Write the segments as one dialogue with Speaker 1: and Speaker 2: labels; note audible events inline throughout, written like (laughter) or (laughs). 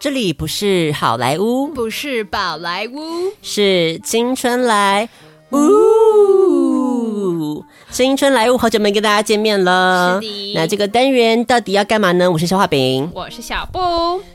Speaker 1: 这里不是好莱坞，
Speaker 2: 不是宝莱坞，
Speaker 1: 是青春来呜。青春来坞，好久没跟大家见面了。
Speaker 2: 是的
Speaker 1: 那这个单元到底要干嘛呢？我是消化饼，
Speaker 2: 我是小布，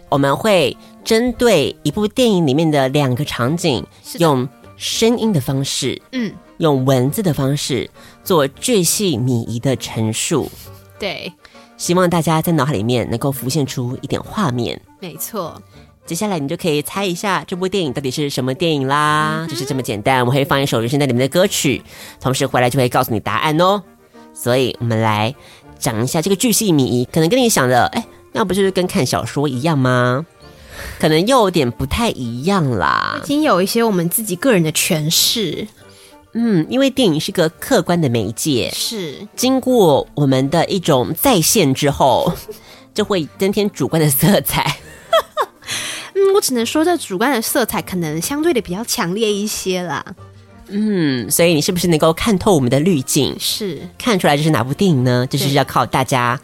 Speaker 1: 我们会针对一部电影里面的两个场景，
Speaker 2: 是的
Speaker 1: 用声音的方式，
Speaker 2: 嗯，
Speaker 1: 用文字的方式做最细靡遗的陈述，
Speaker 2: 对，
Speaker 1: 希望大家在脑海里面能够浮现出一点画面。
Speaker 2: 没错，
Speaker 1: 接下来你就可以猜一下这部电影到底是什么电影啦，就是这么简单。我们会放一首原声带里面的歌曲，同时回来就会告诉你答案哦。所以我们来讲一下这个巨细靡遗，可能跟你想的，哎，那不就是跟看小说一样吗？可能又有点不太一样啦
Speaker 2: 已。经有一些我们自己个人的诠释，
Speaker 1: 嗯，因为电影是个客观的媒介，
Speaker 2: 是
Speaker 1: 经过我们的一种再现之后， (laughs) 就会增添主观的色彩。
Speaker 2: 嗯，我只能说这主观的色彩可能相对的比较强烈一些啦。
Speaker 1: 嗯，所以你是不是能够看透我们的滤镜？
Speaker 2: 是，
Speaker 1: 看出来这是哪部电影呢？就是
Speaker 2: 对
Speaker 1: 要靠大家。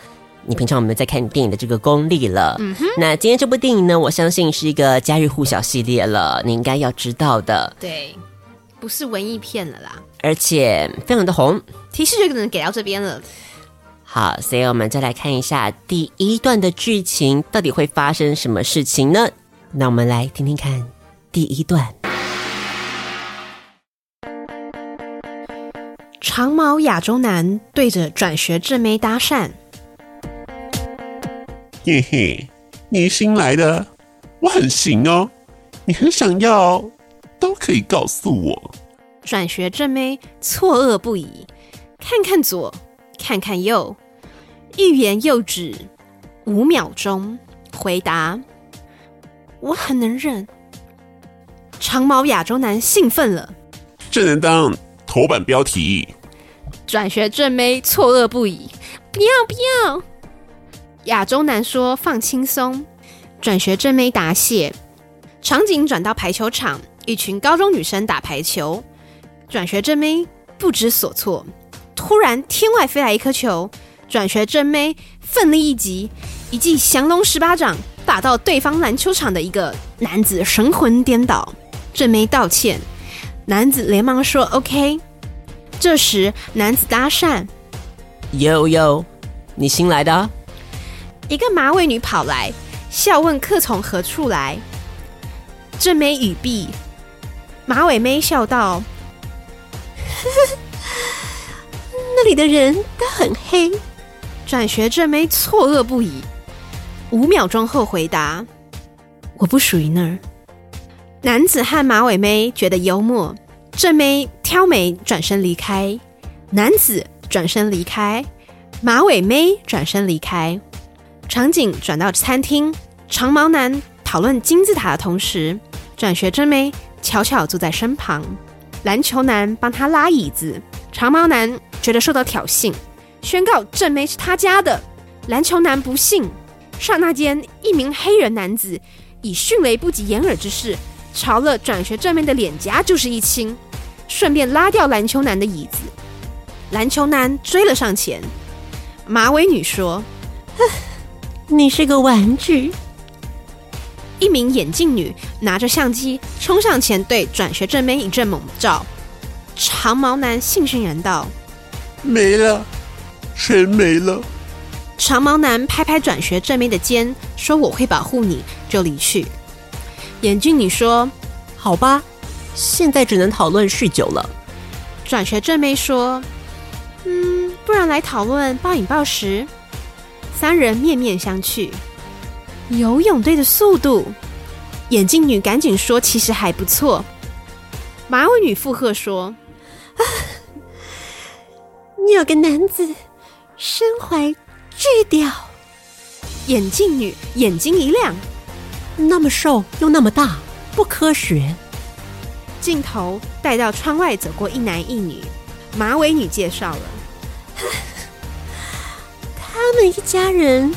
Speaker 1: 你平常有没有在看电影的这个功力了？嗯哼。那今天这部电影呢，我相信是一个家喻户晓系列了，你应该要知道的，
Speaker 2: 对，不是文艺片了啦。
Speaker 1: 而且非常的红。
Speaker 2: 提示就可能给到这边了。
Speaker 1: 好，所以我们就来看一下第一段的剧情到底会发生什么事情呢？那我们来听听看第一段。
Speaker 2: 长毛亚洲男对着转学正妹搭讪，
Speaker 3: 嘿嘿，你新来的，我很行哦。你很想要，都可以告诉我。
Speaker 2: 转学正妹错愕不已，看看左，看看右，欲言又止，五秒钟，回答：“我很能忍。”长毛亚洲男兴奋了，
Speaker 3: 这能当头版标题。
Speaker 2: 转学正妹错愕不已，不要不要。亚洲男说放轻松，转学正妹答谢。场景转到排球场，一群高中女生打排球，转学正妹不知所措。突然天外飞来一颗球，转学正妹奋力一击，一记降龙十八掌打到对方篮球场的一个男子神魂颠倒，正妹道歉，男子连忙说 OK。这时，男子搭讪，
Speaker 1: 悠悠，你新来的啊？
Speaker 2: 一个马尾女跑来，笑问客从何处来。正妹语毕，马尾妹笑道：“ (laughs) 那里的人都很黑。”转学正妹错愕不已，五秒钟后回答：“我不属于那儿。”男子和马尾妹觉得幽默，正妹挑眉转身离开，男子转身离开，马尾妹转身离开。场景转到餐厅，长毛男讨论金字塔的同时，转学真妹悄悄坐在身旁，篮球男帮他拉椅子。长毛男觉得受到挑衅，宣告正妹是他家的。篮球男不信，刹那间，一名黑人男子以迅雷不及掩耳之势，朝了转学正妹的脸颊就是一亲，顺便拉掉篮球男的椅子。篮球男追了上前，马尾女说：“
Speaker 1: 你是个玩具。
Speaker 2: 一名眼镜女拿着相机冲上前，对转学正妹一阵猛照。长毛男悻悻然道
Speaker 3: 没了，全没了。：“
Speaker 2: 长毛男拍拍转学正妹的肩，说我会保护你，就离去。”眼镜女说
Speaker 1: 好吧，现在只能讨论酗酒了。：“
Speaker 2: 转学正妹说，嗯，不然来讨论暴饮暴食。三人面面相觑。游泳队的速度，眼镜女赶紧说：“其实还不错。”马尾女附和说
Speaker 4: 啊你有个男子身怀巨屌，：“
Speaker 2: 眼镜女眼睛一亮。
Speaker 4: 那么瘦又那么大，不科学。”
Speaker 2: 镜头带到窗外走过一男一女，马尾女介绍了。 (laughs)
Speaker 4: 他们一家人，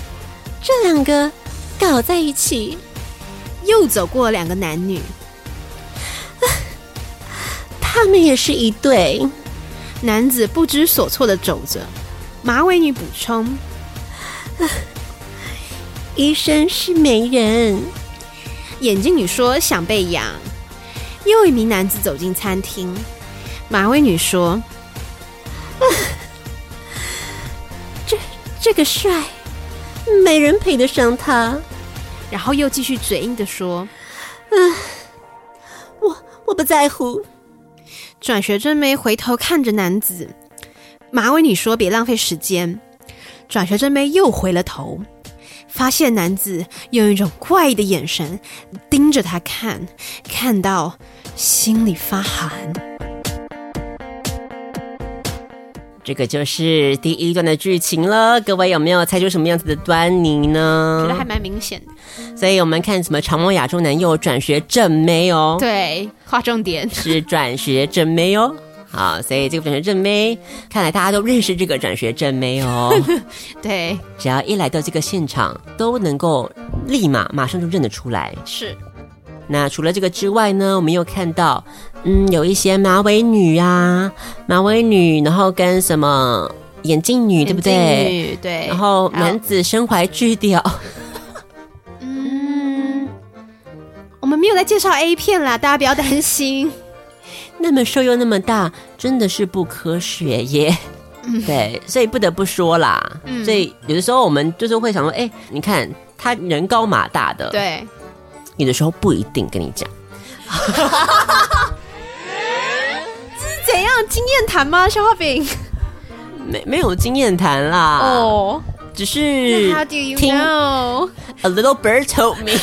Speaker 4: 这两个搞在一起，
Speaker 2: 又走过两个男 (laughs) 女，
Speaker 4: 他们也是一对。
Speaker 2: 男子不知所措的走着。马尾女补 (laughs) 充
Speaker 4: 医生是媒人，：“
Speaker 2: 眼镜女说想被养。”又一名男子走进餐厅，马尾女说 (laughs)
Speaker 4: 这个帅，没人配得上他。：“
Speaker 2: 然后又继续嘴硬的说。
Speaker 4: 我我不在乎。”
Speaker 2: 转学真没回头看着男子，马尾女说：“别浪费时间。”转学真没又回了头，发现男子用一种怪异的眼神盯着他看，看到心里发寒。
Speaker 1: 这个就是第一段的剧情了。各位有没有猜出什么样子的端倪
Speaker 2: 觉得
Speaker 1: 呢
Speaker 2: 还？蛮明显的。
Speaker 1: 所以我们看什么长毛亚洲男友转学正妹哦，
Speaker 2: 对，划重点。
Speaker 1: 是转学正妹哦。好，所以这个转学正妹，看来大家都认识这个转学正妹哦。
Speaker 2: (laughs) 对，
Speaker 1: 只要一来到这个现场，都能够立马马上就认得出来。
Speaker 2: 是
Speaker 1: 那除了这个之外呢，我们又看到，嗯，有一些马尾女啊，马尾女，然后跟什么眼镜女，对不对？？
Speaker 2: 对。
Speaker 1: 然后
Speaker 2: 还有
Speaker 1: 男子身怀巨屌， (laughs)
Speaker 2: 嗯，我们没有在介绍 A 片啦，大家不要担心。 (laughs)
Speaker 1: 那么瘦又那么大，真的是不科学耶。对，所以不得不说啦。
Speaker 2: 嗯
Speaker 1: 所以有的时候我们就是会想说，哎、你看他人高马大的，，
Speaker 2: 对，
Speaker 1: 有的时候不一定跟你讲。
Speaker 2: 怎样经验谈吗？消化饼
Speaker 1: 没没有经验谈啦，
Speaker 2: (laughs) 哦。
Speaker 1: 只是
Speaker 2: How do you
Speaker 1: 听
Speaker 2: know
Speaker 1: a little bird told me (laughs)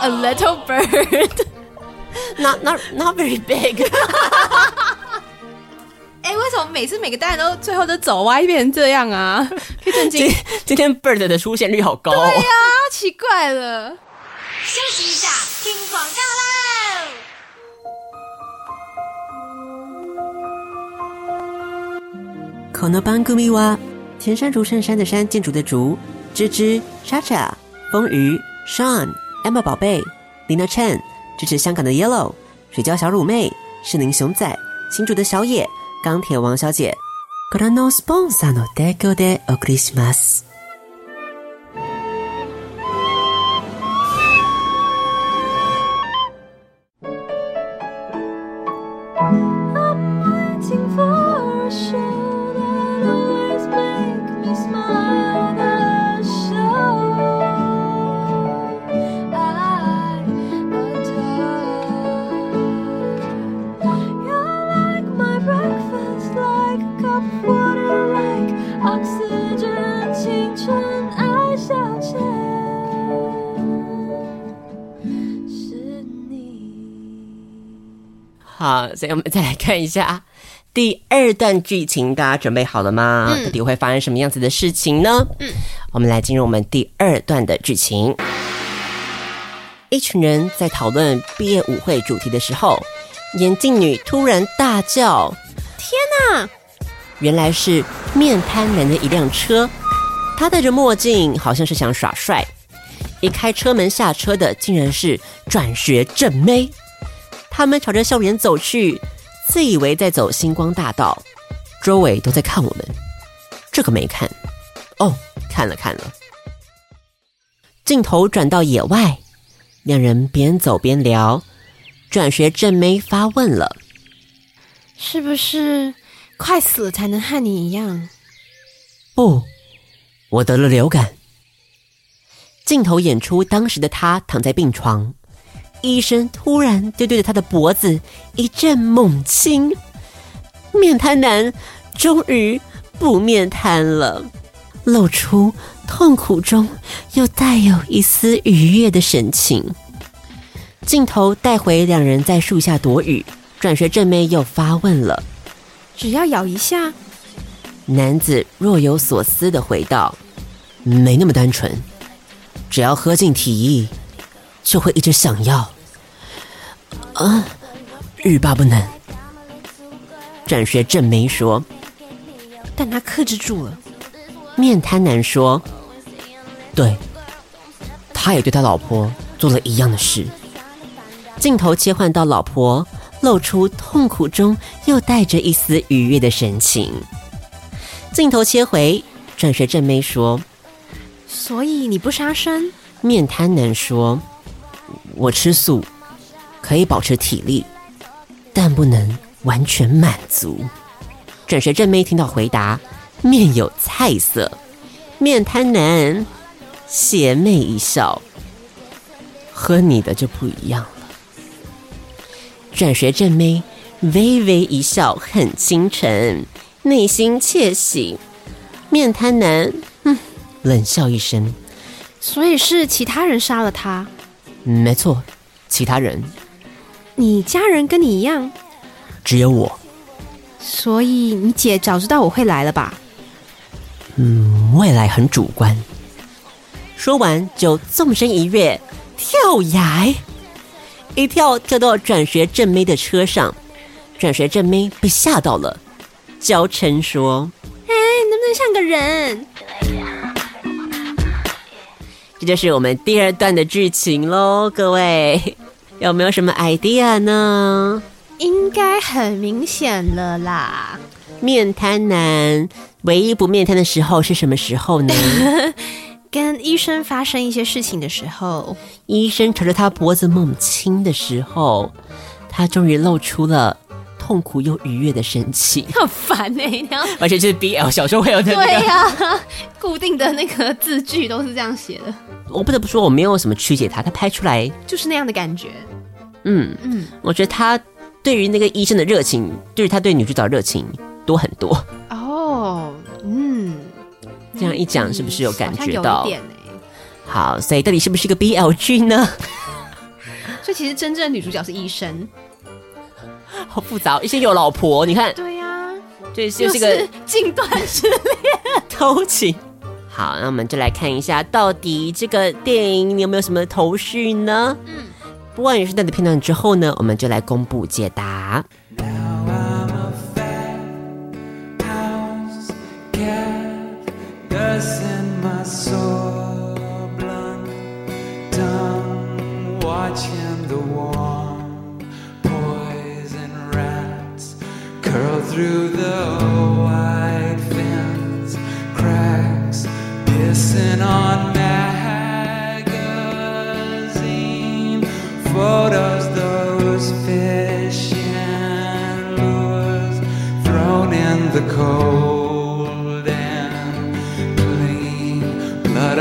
Speaker 2: a little bird？
Speaker 1: not not not very big 。
Speaker 2: (laughs) 哎，为什么每次每个单元都最后都走歪，变成这样 (laughs) 啊？可以震惊
Speaker 1: 今今天 bird 的出现率好高、哦，
Speaker 2: 啊，奇怪了。
Speaker 5: 休息一下，听广告喽。
Speaker 1: この番組は前山竹衬衫的山建筑的竹芝芝、莎莎、风鱼、Sean、Emma 宝贝、Lina Chen 支持香港的 Yellow、水饺小乳妹、是您熊仔、新竹的小野、钢铁王小姐。ご覧のスポンサーの提供でお送りします。
Speaker 5: waiting for a show that always make me smile. The show I adore. You're like my breakfast, like a cup of water, like oxygen. 青春爱消遣，是你。
Speaker 1: 好，所以我们再来看一下第二段剧情，大家准备好了吗？到底会发生什么样子的事情呢？嗯，我们来进入我们第二段的剧情。一群人在讨论毕业舞会主题的时候，眼镜女突然大叫：“天
Speaker 2: 哪！”
Speaker 1: 原来是面瘫男的一辆车，他戴着墨镜，好像是想耍帅。一开车门下车的，竟然是转学正妹。他们朝着校园走去，自以为在走星光大道，周围都在看我们。这个没看，哦，看了看了。镜头转到野外，两人边走边聊。转学正妹发问了，
Speaker 2: 是不是快死了才能和你一样？
Speaker 1: 不，我得了流感。镜头演出当时的他躺在病床，医生突然就对着他的脖子一阵猛亲，面瘫男终于不面瘫了，露出痛苦中又带有一丝愉悦的神情。镜头带回两人在树下躲雨，转学正妹又发问了。
Speaker 2: 只要咬一下，
Speaker 1: 男子若有所思的回道：“没那么单纯，只要喝进体液，就会一直想要。啊，欲罢不能。”转学正梅说，
Speaker 2: 但他克制住了。
Speaker 1: 面瘫男说：“对，他也对他老婆做了一样的事。”镜头切换到老婆，露出痛苦中又带着一丝愉悦的神情。镜头切回，转学正妹说
Speaker 2: 所以你不杀生，：“
Speaker 1: 面瘫男说，我吃素，可以保持体力，但不能完全满足。”转学正妹听到回答，面有菜色。面瘫男邪魅一笑：“喝你的就不一样了。”转学正妹微微一笑，很倾城，内心窃喜。面瘫男，嗯，冷笑一声。
Speaker 2: 所以是其他人杀了他。
Speaker 1: 没错，其他人
Speaker 2: 你家人跟你一样，
Speaker 1: 只有我，
Speaker 2: 所以你姐早知道我会来了吧？
Speaker 1: 未来很主观。说完就纵身一跃，跳崖，一跳跳到转学正妹的车上。转学正妹被吓到了，娇嗔说
Speaker 2: 哎，能不能像个人？：“
Speaker 1: 这就是我们第二段的剧情喽，各位， (laughs) 有没有什么 idea 呢？”
Speaker 2: 应该很明显了啦。
Speaker 1: 面瘫男唯一不面瘫的时候是什么时候呢？
Speaker 2: 跟医生发生一些事情的时候，
Speaker 1: 医生朝着他脖子猛亲的时候，他终于露出了痛苦又愉悦的神情，
Speaker 2: 好烦哎、你要
Speaker 1: (laughs) 而且就是 BL 小时候会有的、那个。
Speaker 2: 对呀、 (laughs) 固定的那个字句都是这样写的，
Speaker 1: 我不得不说，我没有什么曲解他，他拍出来，
Speaker 2: 就是那样的感觉。
Speaker 1: 嗯嗯，我觉得他对于那个医生的热情，对于他对女主角的热情多很多。
Speaker 2: 哦，嗯，
Speaker 1: 这样一讲是不是有感觉
Speaker 2: 好像
Speaker 1: 到
Speaker 2: 有一？点哎、
Speaker 1: 好，所以到底是不是一个 BL 剧呢？ (laughs)
Speaker 2: 所以其实真正的女主角是医生。
Speaker 1: 好复杂哦，医生有老婆，你看，
Speaker 2: (laughs) 对呀、
Speaker 1: 这就
Speaker 2: (laughs) 就是
Speaker 1: 个
Speaker 2: 是近段式。
Speaker 1: 偷情。 (laughs) 好，那我们就来看一下，到底这个电影你有没有什么头绪呢？嗯，播完原声带的片段之后呢，我们就来公布解答。
Speaker 6: in my soul, blunt tongue, watching the warm poison rats curl through the wide fence, cracks pissing on magazine photos, those fishing lures thrown in the cold and clean blood.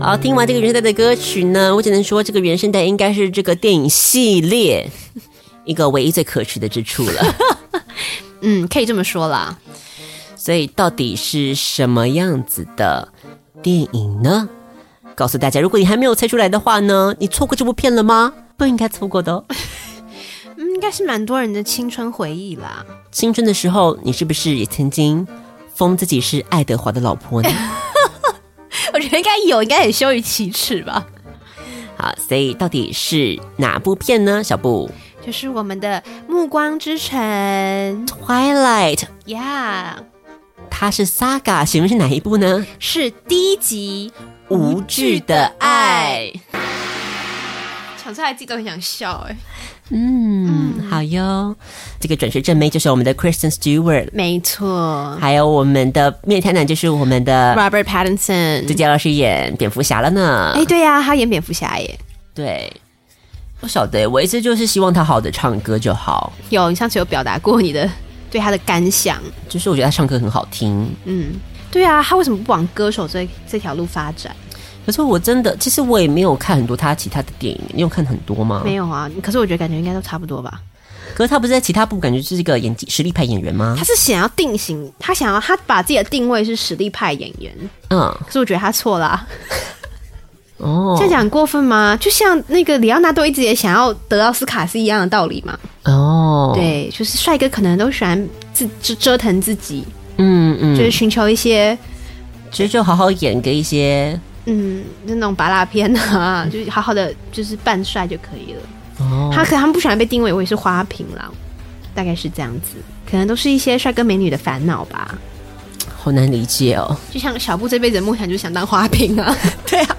Speaker 1: 好，听完这个原声带的歌曲呢，我只能说这个原声带应该是这个电影系列 (laughs) 一个唯一最可取的之处 (laughs) 了。
Speaker 2: (laughs) 嗯，可以这么说啦。
Speaker 1: 所以到底是什么样子的电影呢？告诉大家，如果你还没有猜出来的话呢，你错过这部片了吗？不应该错过的哦。
Speaker 2: 嗯，应该是蛮多人的青春回忆啦。
Speaker 1: 青春的时候，你是不是也曾经封自己是爱德华的老婆呢？
Speaker 2: (laughs)
Speaker 1: (laughs)
Speaker 2: 我觉得应该有，应该很羞于启齿吧。
Speaker 1: 好，所以到底是哪部片呢？小布
Speaker 2: 就是我们的《暮光之城》
Speaker 1: ，Twilight，
Speaker 2: ，Yeah，
Speaker 1: 它是 Saga，请问是哪一部呢？
Speaker 2: 是第一集。
Speaker 1: 无惧的爱。
Speaker 2: 想出来自己都很想笑哎、
Speaker 1: 嗯，好哟。这个转学正妹就是我们的 Kristen Stewart，
Speaker 2: 没错
Speaker 1: 还有我们的面瘫男就是我们的
Speaker 2: ，Robert Pattinson
Speaker 1: 最。近要是演蝙蝠侠了呢。
Speaker 2: 哎、对呀、他演蝙蝠侠耶。
Speaker 1: 对，不晓得，我一直就是希望他好的唱歌就好，
Speaker 2: 有，你上次有表达过你的对他的感想。
Speaker 1: 就是我觉得他唱歌很好听。
Speaker 2: 嗯，对啊，他为什么不往歌手这这条路发展？
Speaker 1: 可是我真的，其实我也没有看很多他其他的电影，你有看很多吗？
Speaker 2: 没有啊，可是我觉得感觉应该都差不多吧。
Speaker 1: 可是他不是在其他部感觉就是一个演技实力派演员吗
Speaker 2: 他？是想要定型，他想要他把自己的定位是实力派演员，
Speaker 1: 嗯，
Speaker 2: 可是我觉得他错了、啊。
Speaker 1: 哦
Speaker 2: 这样讲很过分吗？就像那个里奥纳多一直也想要得奥斯卡是一样的道理嘛。
Speaker 1: 哦，，
Speaker 2: 对，就是帅哥可能都喜欢自折折腾自己，
Speaker 1: 嗯嗯，
Speaker 2: 就
Speaker 1: 就是
Speaker 2: 寻求一些
Speaker 1: 其实就好好演个一些
Speaker 2: 嗯，就那种拔蜡片啊，就是好好的就是扮帅就可以了。
Speaker 1: 哦，
Speaker 2: 他可他们不喜欢被定位为是花瓶啦，大概是这样子，可能都是一些帅哥美女的烦恼吧。
Speaker 1: 好难理解哦。
Speaker 2: 就像小布这辈子的梦想就是想当花瓶
Speaker 1: (laughs)
Speaker 2: 啊，对啊，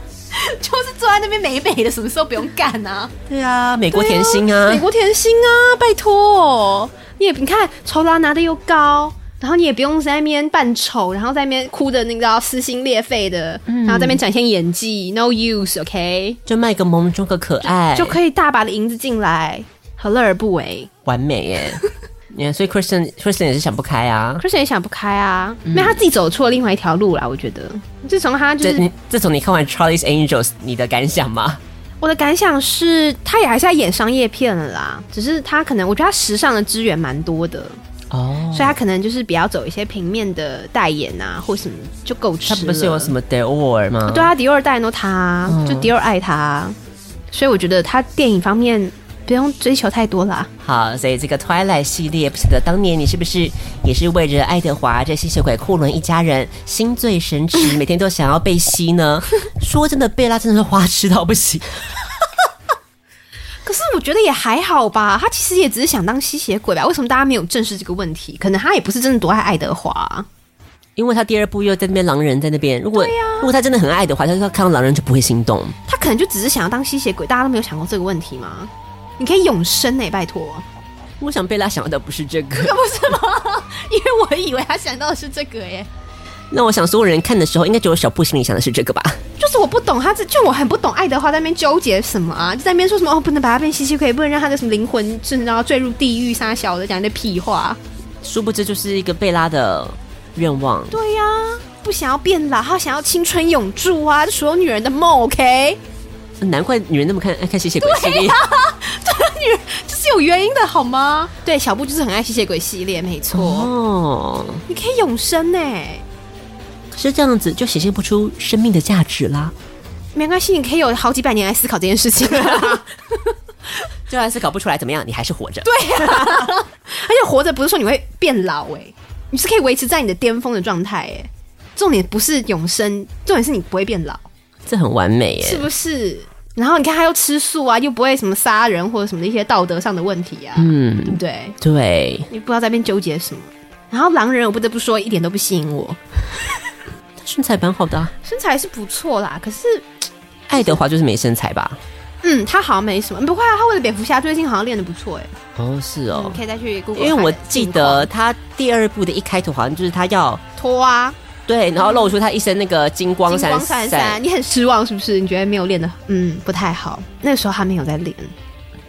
Speaker 2: 就是坐在那边美美的，什么时候不用干啊？
Speaker 1: 对啊，美国甜心啊
Speaker 2: 美，国甜心啊，拜托、你也你看酬劳拿的又高。然后你也不用在那边扮丑，然后在那边哭的那个撕心裂肺的，
Speaker 1: 嗯
Speaker 2: 然后在那边展现演技，no use，OK、
Speaker 1: 就卖个萌，装个可爱，
Speaker 2: 就可以大把的银子进来，何乐而不为
Speaker 1: 完美耶。 (laughs) 你看，所以 Kristen Kristen 也是想不开啊。
Speaker 2: ？Kristen 也想不开啊，
Speaker 1: 嗯
Speaker 2: 没有他自己走错了另外一条路啦。我觉得，自从他就
Speaker 1: 这
Speaker 2: 是
Speaker 1: 你自从你看完 Charlie's Angels，你的感想吗？
Speaker 2: 我的感想是，他也还是在演商业片了啦，只是他可能我觉得他时尚的资源蛮多的，
Speaker 1: 哦
Speaker 2: 所以，他可能就是比较走一些平面的代言啊，或什么就够吃
Speaker 1: 他
Speaker 2: 了。
Speaker 1: 不是有什么嗯 Dior 吗？
Speaker 2: 啊对啊，迪奥代言都他，就迪奥爱他，所以我觉得他电影方面不用追求太多啦。
Speaker 1: 好，所以这个 Twilight 系列，不晓得当年你是不是也是为着爱德华这吸血鬼库伦一家人心醉神驰，每天都想要被吸 (laughs) 呢？说真的，贝拉真的是花痴到不行。
Speaker 2: 可是我觉得也还好吧，他其实也只是想当吸血鬼吧？为什么大家没有正视这个问题？可能他也不是真的多爱爱德华、
Speaker 1: 因为他第二部又在那边狼人在那边，如果、如果他真的很爱的话，他看到狼人就不会心动。
Speaker 2: 他可能就只是想要当吸血鬼，大家都没有想过这个问题吗？你可以永生哎、拜托，
Speaker 1: 我想贝拉想要的不是这个，
Speaker 2: 不是吗？因为我以为他想到的是这个耶、
Speaker 1: 那我想所有人看的时候，应该只有小布心里想的是这个吧？
Speaker 2: 就是我不懂他这，就我很不懂爱德华在那边纠结什么啊，就在那边说什么哦，不能把他变吸血鬼，不能让他的什么灵魂甚然后坠入地狱，撒小的讲一堆屁话。
Speaker 1: 殊不知就是一个贝拉的愿望。
Speaker 2: 对呀、不想要变老，他想要青春永驻啊，这所有女人的梦，OK。
Speaker 1: 难怪女人那么看爱看吸血鬼系列。
Speaker 2: 女人这是有原因的好吗？对，小布就是很爱吸血鬼系列，没错。
Speaker 1: 哦，
Speaker 2: 你可以永生呢、
Speaker 1: 可是这样子就显现不出生命的价值啦。
Speaker 2: 没关系，你可以有好几百年来思考这件事 (laughs) 情。而
Speaker 1: 就算是搞不出来怎么样，你还是活着。对，
Speaker 2: 且活着不是说你会变老哎、你是可以维持在你的巅峰的状态哎。重点不是永生，重点是你不会变老，
Speaker 1: 这很完美
Speaker 2: 是
Speaker 1: 耶。
Speaker 2: 不是？然后你看他又吃素啊，又不会什么杀人或者什么的一些道德上的问题啊，对
Speaker 1: 嗯，
Speaker 2: 不对？
Speaker 1: 对，
Speaker 2: 你不知道在那边纠结什么。然后狼人，我不得不说，一点都不吸引我，
Speaker 1: 身材蛮好的、啊。
Speaker 2: 身材是不错啦，可是
Speaker 1: 爱德华就是没身材吧？
Speaker 2: 嗯，他好像没什么，不会啊，他为了蝙蝠侠最近好像练的不错哎，
Speaker 1: 哦，是
Speaker 2: 我
Speaker 1: 哦
Speaker 2: 们。可以再去 Google，
Speaker 1: 因为我
Speaker 2: 看
Speaker 1: 记
Speaker 2: 近况
Speaker 1: 得他第二部的一开头好像就是他要
Speaker 2: 拖啊，
Speaker 1: 对，然后露出他一身那个金光
Speaker 2: 金
Speaker 1: 闪
Speaker 2: 光闪闪，你很失望是不是？你觉得没有练的，嗯，不太好。那时候他没有在练，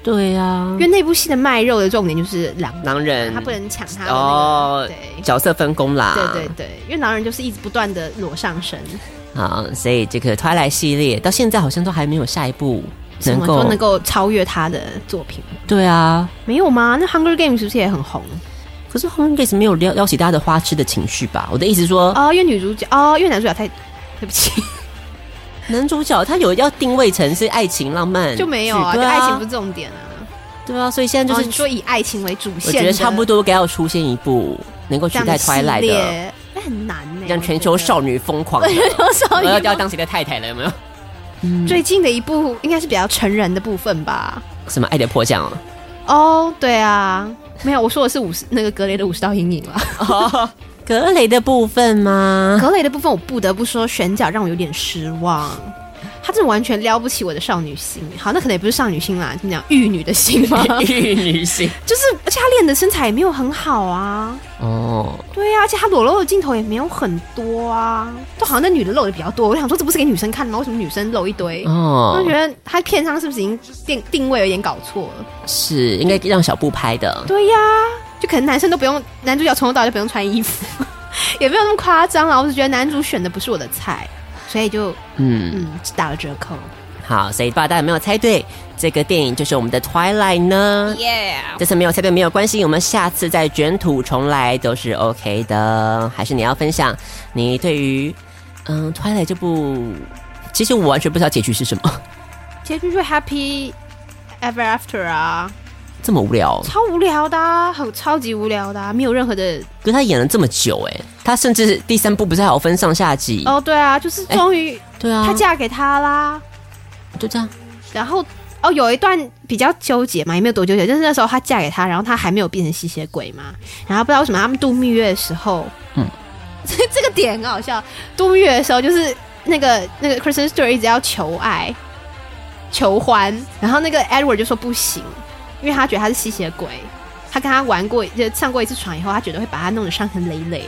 Speaker 1: 对啊
Speaker 2: 因，为那部戏的卖肉的重点就是狼人，
Speaker 1: 狼人
Speaker 2: 他不能抢他的
Speaker 1: 嗯
Speaker 2: 那个，
Speaker 1: 哦
Speaker 2: 对，
Speaker 1: 角色分工啦。
Speaker 2: 对对对，因为狼人就是一直不断的裸上身，
Speaker 1: 好，所以这个 Twilight 系列到现在好像都还没有下一部
Speaker 2: 怎
Speaker 1: 能
Speaker 2: 么
Speaker 1: 够
Speaker 2: 都能够超越他的作品？
Speaker 1: 对啊。
Speaker 2: 没有吗？那《Hunger Games》是不是也很红？
Speaker 1: 可是 Hunger Games 没有撩撩起大家的花痴的情绪吧？我的意思是说，
Speaker 2: 哦，因为女主角哦，因为男主角太…… (laughs) 对不起，
Speaker 1: 男主角他有要定位成是爱情浪漫，
Speaker 2: 就没有啊，就
Speaker 1: 对
Speaker 2: 爱情不是重点啊。
Speaker 1: 对啊，所以现在
Speaker 2: 就
Speaker 1: 就是
Speaker 2: 是说以爱情为主
Speaker 1: 我
Speaker 2: 线的，
Speaker 1: 觉得差不多该要出现一部能够取
Speaker 2: 这样
Speaker 1: 代
Speaker 2: 的系
Speaker 1: Twilight 的，
Speaker 2: 列，那很难呢。
Speaker 1: 让全球少
Speaker 2: 女，
Speaker 1: 女疯
Speaker 2: (laughs)
Speaker 1: 狂的，
Speaker 2: 对全球少
Speaker 1: 我要要
Speaker 2: 女。
Speaker 1: 当谁的太太了？有没有？
Speaker 2: 最近的一部应该是比较成人的部分吧？
Speaker 1: 什么爱的迫降哦？
Speaker 2: 哦，对啊，没有，我说的是五十那个格雷的五十道阴 (laughs) 影了。啊
Speaker 1: 格雷的部分吗？
Speaker 2: 格雷的部分，我不得不说选角让我有点失望。他真的完全撩不起我的少女心。好，那可能也不是少女心啦，怎么讲玉女的心 (laughs) 吗？
Speaker 1: (laughs) 玉女性
Speaker 2: 就是，而且他练的身材也没有很好啊。
Speaker 1: 哦，
Speaker 2: 对啊，而且他裸露的镜头也没有很多啊，都好像那女的露的比较多。我想说，这不是给女生看的吗？为什么女生露一堆？我
Speaker 1: 哦
Speaker 2: 就觉，得他片商是不是已经定定位有点搞错了？
Speaker 1: 是应该让小布拍的。
Speaker 2: 对呀、就可能男生都不用，男主角从头到尾就不用穿衣服， (laughs) 也没有那么夸张啊啦。我只觉得男主选的不是我的菜，所以就
Speaker 1: 嗯，
Speaker 2: 嗯打了折扣。
Speaker 1: 好，所以不知道大家有没有猜对，这个电影就是我们的 Twilight 呢。
Speaker 2: 耶、
Speaker 1: 这次没有猜对没有关系，我们下次再卷土重来都是 OK 的。还是你要分享你对于嗯《Twilight》这部，其实我完全不知道结局是什么， (laughs)
Speaker 2: 结局就 Happy Ever After 啊，
Speaker 1: 这么无聊。
Speaker 2: 超无聊的、啊，很超级无聊的、啊，没有任何的
Speaker 1: 可是他演了这么久、哎，他甚至第三部不是还有分上下集？
Speaker 2: 哦，对啊，就是
Speaker 1: 哎
Speaker 2: 终于
Speaker 1: 对啊，
Speaker 2: 她嫁给他啦，
Speaker 1: 就这样，
Speaker 2: 然后。哦，有一段比较纠结嘛，也没有多纠结，就是那时候她嫁给他，然后他还没有变成吸血鬼嘛，然后不知道为什么他们度蜜月的时候，
Speaker 1: 嗯，
Speaker 2: 这 (laughs) 这个点很好笑。度蜜月的时候，就是那个那个 Kristen Stewart 一直要求爱、求欢，然后那个 Edward 就说不行，因为他觉得他是吸血鬼，他跟他玩过就上过一次床以后，他觉得会把他弄得伤痕累累，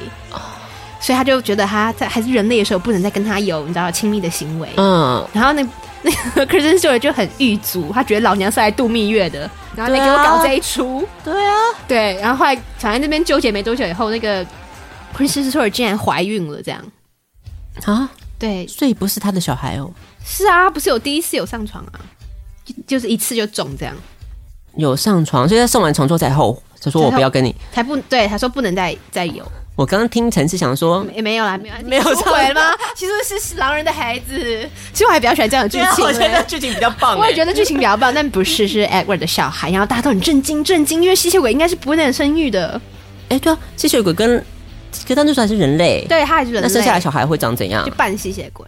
Speaker 2: 所以他就觉得他在还是人类的时候不能再跟他有你知道亲密的行为，
Speaker 1: 嗯，
Speaker 2: 然后那 (laughs) 那个 Kristen Stewart 就很狱卒，他觉得老娘是来度蜜月的，然后你给我搞这一出，对啊，对，然后后来小安这边纠结没多久以后，那个 Kristen Stewart 竟然怀孕了，这样，
Speaker 1: 啊，
Speaker 2: 对，
Speaker 1: 所以不是他的小孩哦，
Speaker 2: 是啊，不是有第一次有上床啊，就就是一次就中这样，
Speaker 1: 有上床，所以他上完床之后才后，他说我不要跟你。
Speaker 2: 才不对，他说不能再再有，
Speaker 1: 我刚刚听陈是想说，
Speaker 2: 也没有啦，没有啦
Speaker 1: 没有
Speaker 2: 出轨了吗？其实是狼人的孩子，其实我还比较喜欢这样的剧
Speaker 1: 啊
Speaker 2: 情、欸。
Speaker 1: 剧情比较棒
Speaker 2: (laughs) 我也觉
Speaker 1: 得
Speaker 2: 得剧情比较棒，但不是是 Edward 的小孩，然后大家都很震惊震惊，因为吸血鬼应该是不能生育的，
Speaker 1: 哎、对啊，吸血鬼跟跟当初还是人类，
Speaker 2: 对，他还是人类。
Speaker 1: 那生下来小孩会长怎样
Speaker 2: 就？半吸血鬼，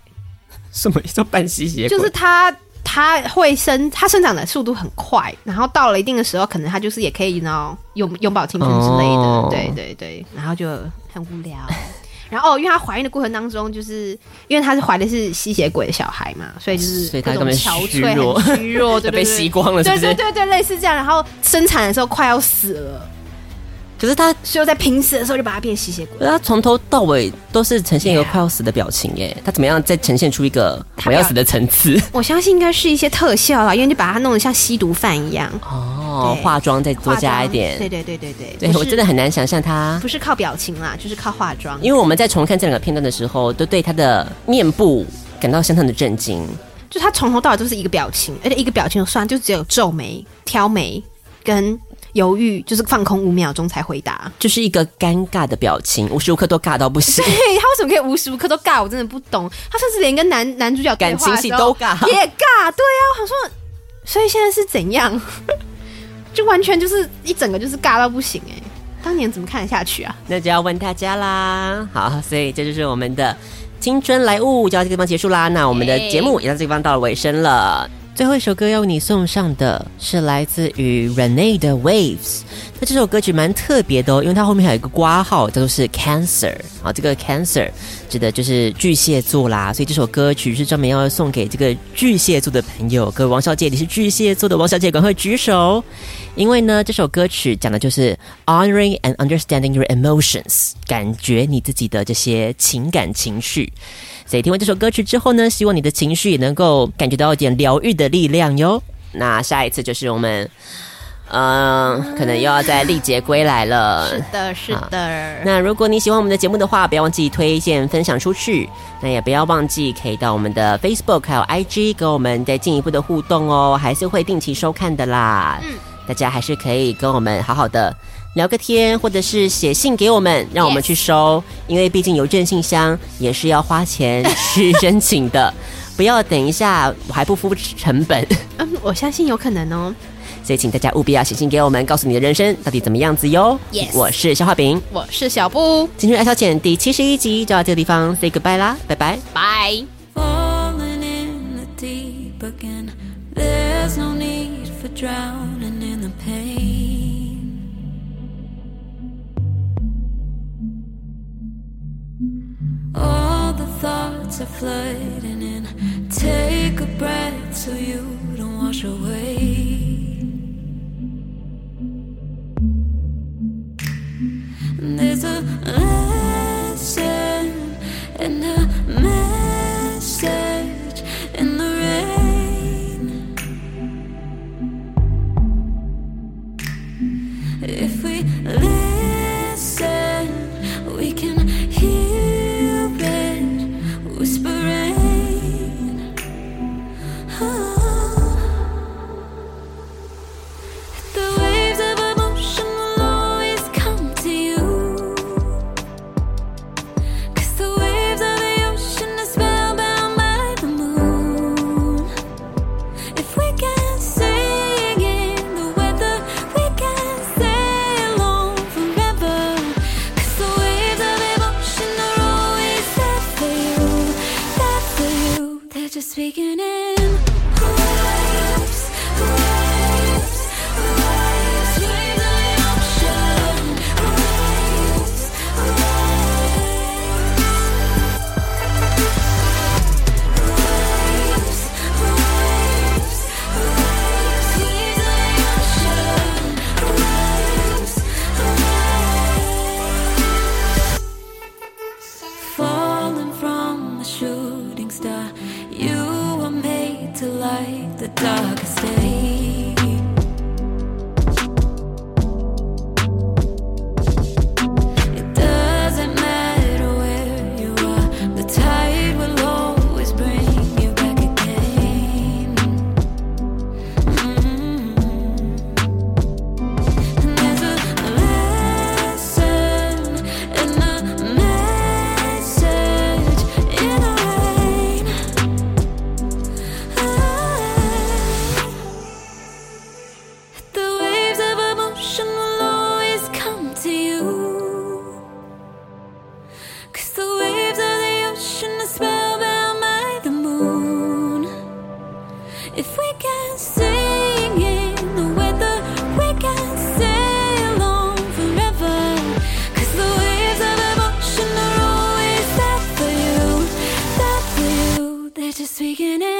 Speaker 1: 什么叫 (laughs) 半吸血
Speaker 2: 就是他他会生，他生长的速度很快，然后到了一定的时候，可能他就是也可以，然后永永葆青春之类的，
Speaker 1: 哦
Speaker 2: 对对对，然后就很无聊。 (laughs) 然后、哦，因为她怀孕的过程当中，就是因为她是怀的是吸血鬼的小孩嘛，所以就是
Speaker 1: 所以
Speaker 2: 各
Speaker 1: 她
Speaker 2: 种
Speaker 1: 根本
Speaker 2: 憔
Speaker 1: 虚
Speaker 2: 悴、
Speaker 1: 弱
Speaker 2: 很虚弱，对对 (laughs)
Speaker 1: 被
Speaker 2: 对
Speaker 1: 吸光了是不
Speaker 2: 对
Speaker 1: 是
Speaker 2: 对对对，类似这样。然后生产的时候快要死了，
Speaker 1: 可是他
Speaker 2: 所以在濒死的时候就把它变吸血鬼。
Speaker 1: 他从头到尾都是呈现一个快要死的表情耶，他怎么样再呈现出一个
Speaker 2: 他
Speaker 1: 我
Speaker 2: 表
Speaker 1: 要死的层
Speaker 2: (laughs)
Speaker 1: 次？
Speaker 2: 我相信应该是一些特效啦，因为就把它弄得像吸毒犯一样。
Speaker 1: 哦
Speaker 2: 对，
Speaker 1: 化妆再多
Speaker 2: 化
Speaker 1: 加一
Speaker 2: 妆
Speaker 1: 点。
Speaker 2: 对对对对对，
Speaker 1: 对
Speaker 2: 不
Speaker 1: 我
Speaker 2: 是
Speaker 1: 真的很难想象他，
Speaker 2: 不是靠表情啦，就是靠化妆。
Speaker 1: 因为我们在重看这两个片段的时候，都对他的面部感到相当的震惊。
Speaker 2: 就他从头到尾都是一个表情，而且一个表情就算，就只有皱眉、挑眉跟犹豫，就是放空五秒钟才回 (laughs) 答。
Speaker 1: 就是一个尴尬的表情，无时无刻都尬到不行
Speaker 2: (laughs) 对。他为什么可以无时无刻都尬？我真的不懂。他甚至连跟男男主角对
Speaker 1: 感
Speaker 2: 话
Speaker 1: 情
Speaker 2: 的
Speaker 1: 戏
Speaker 2: 时候
Speaker 1: 都尬
Speaker 2: 也尬。对啊，我想说，所以现在是怎样？ (laughs) 就完全就是一整个就是尬到不行哎、当年怎么看得下去啊？
Speaker 1: 那就要问大家啦。好，所以这就是我们的青春来物就到这个地方结束啦。那我们的节目也到这个地方到了尾声了。最后一首歌要为你送上的是来自于 Rene 的 Waves。那这首歌曲蛮特别的哦，因为它后面还有一个挂号，叫做是 Cancer 啊。这个 Cancer 指的就是巨蟹座啦，所以这首歌曲是专门要送给这个巨蟹座的朋友。各位王小姐，你是巨蟹座的王小姐，赶快举手。因为呢，这首歌曲讲的就是 honoring and understanding your emotions，感觉你自己的这些情感情绪。所以听完这首歌曲之后呢，希望你的情绪也能够感觉到一点疗愈的力量哟。那下一次就是我们嗯、可能又要再历劫归来了。
Speaker 2: 是的，是的，
Speaker 1: 那如果你喜欢我们的节目的话，不要忘记推荐分享出去。那也不要忘记可以到我们的 Facebook 还有 IG 跟我们再进一步的互动哦，还是会定期收看的啦。嗯，大家还是可以跟我们好好的聊个天，或者是写信给我们，让我们去收因为毕竟邮政信箱也是要花钱去 (laughs) 申请的。不要等一下我还不付成本，
Speaker 2: 嗯，我相信有可能哦。
Speaker 1: 所以请大家务必要写信给我们，告诉你的人生到底怎么样子哟。
Speaker 2: Yes
Speaker 1: 我是消化饼。
Speaker 2: 我是小布，
Speaker 1: 青春爱消遣第七十一集就到这个地方 say goodbye 啦，拜拜。
Speaker 2: 拜。
Speaker 5: falling in the deep again. There's no need for drowning in the pain. All the thoughts are flooding in. Take a breath so you don't wash away. There's a lesson and a message in the rain. If we listen, we can hear it whispering. Oh. The waves of emotion will always come to you. Cause the waves of the ocean are spellbound by the moon. If we can sing in the weather, we can sail on forever. Cause the waves of emotion are always there for you, there for you. They're just beginning. Waves, waves, waves, waves of the ocean. Waves, waves. Falling from a shooting star, you were made to light the darkest day. It doesn't matter where you are, the tide will always bring you back again. Mm-hmm. And there's a lesson and a message in the rain. The waves of emotion will always come to you. Cause the waves of the ocean are spellbound by the moon. If we can sing in the weather, we can sail on forever. Cause the waves of emotion are always there for you, there for you. They're just beginning.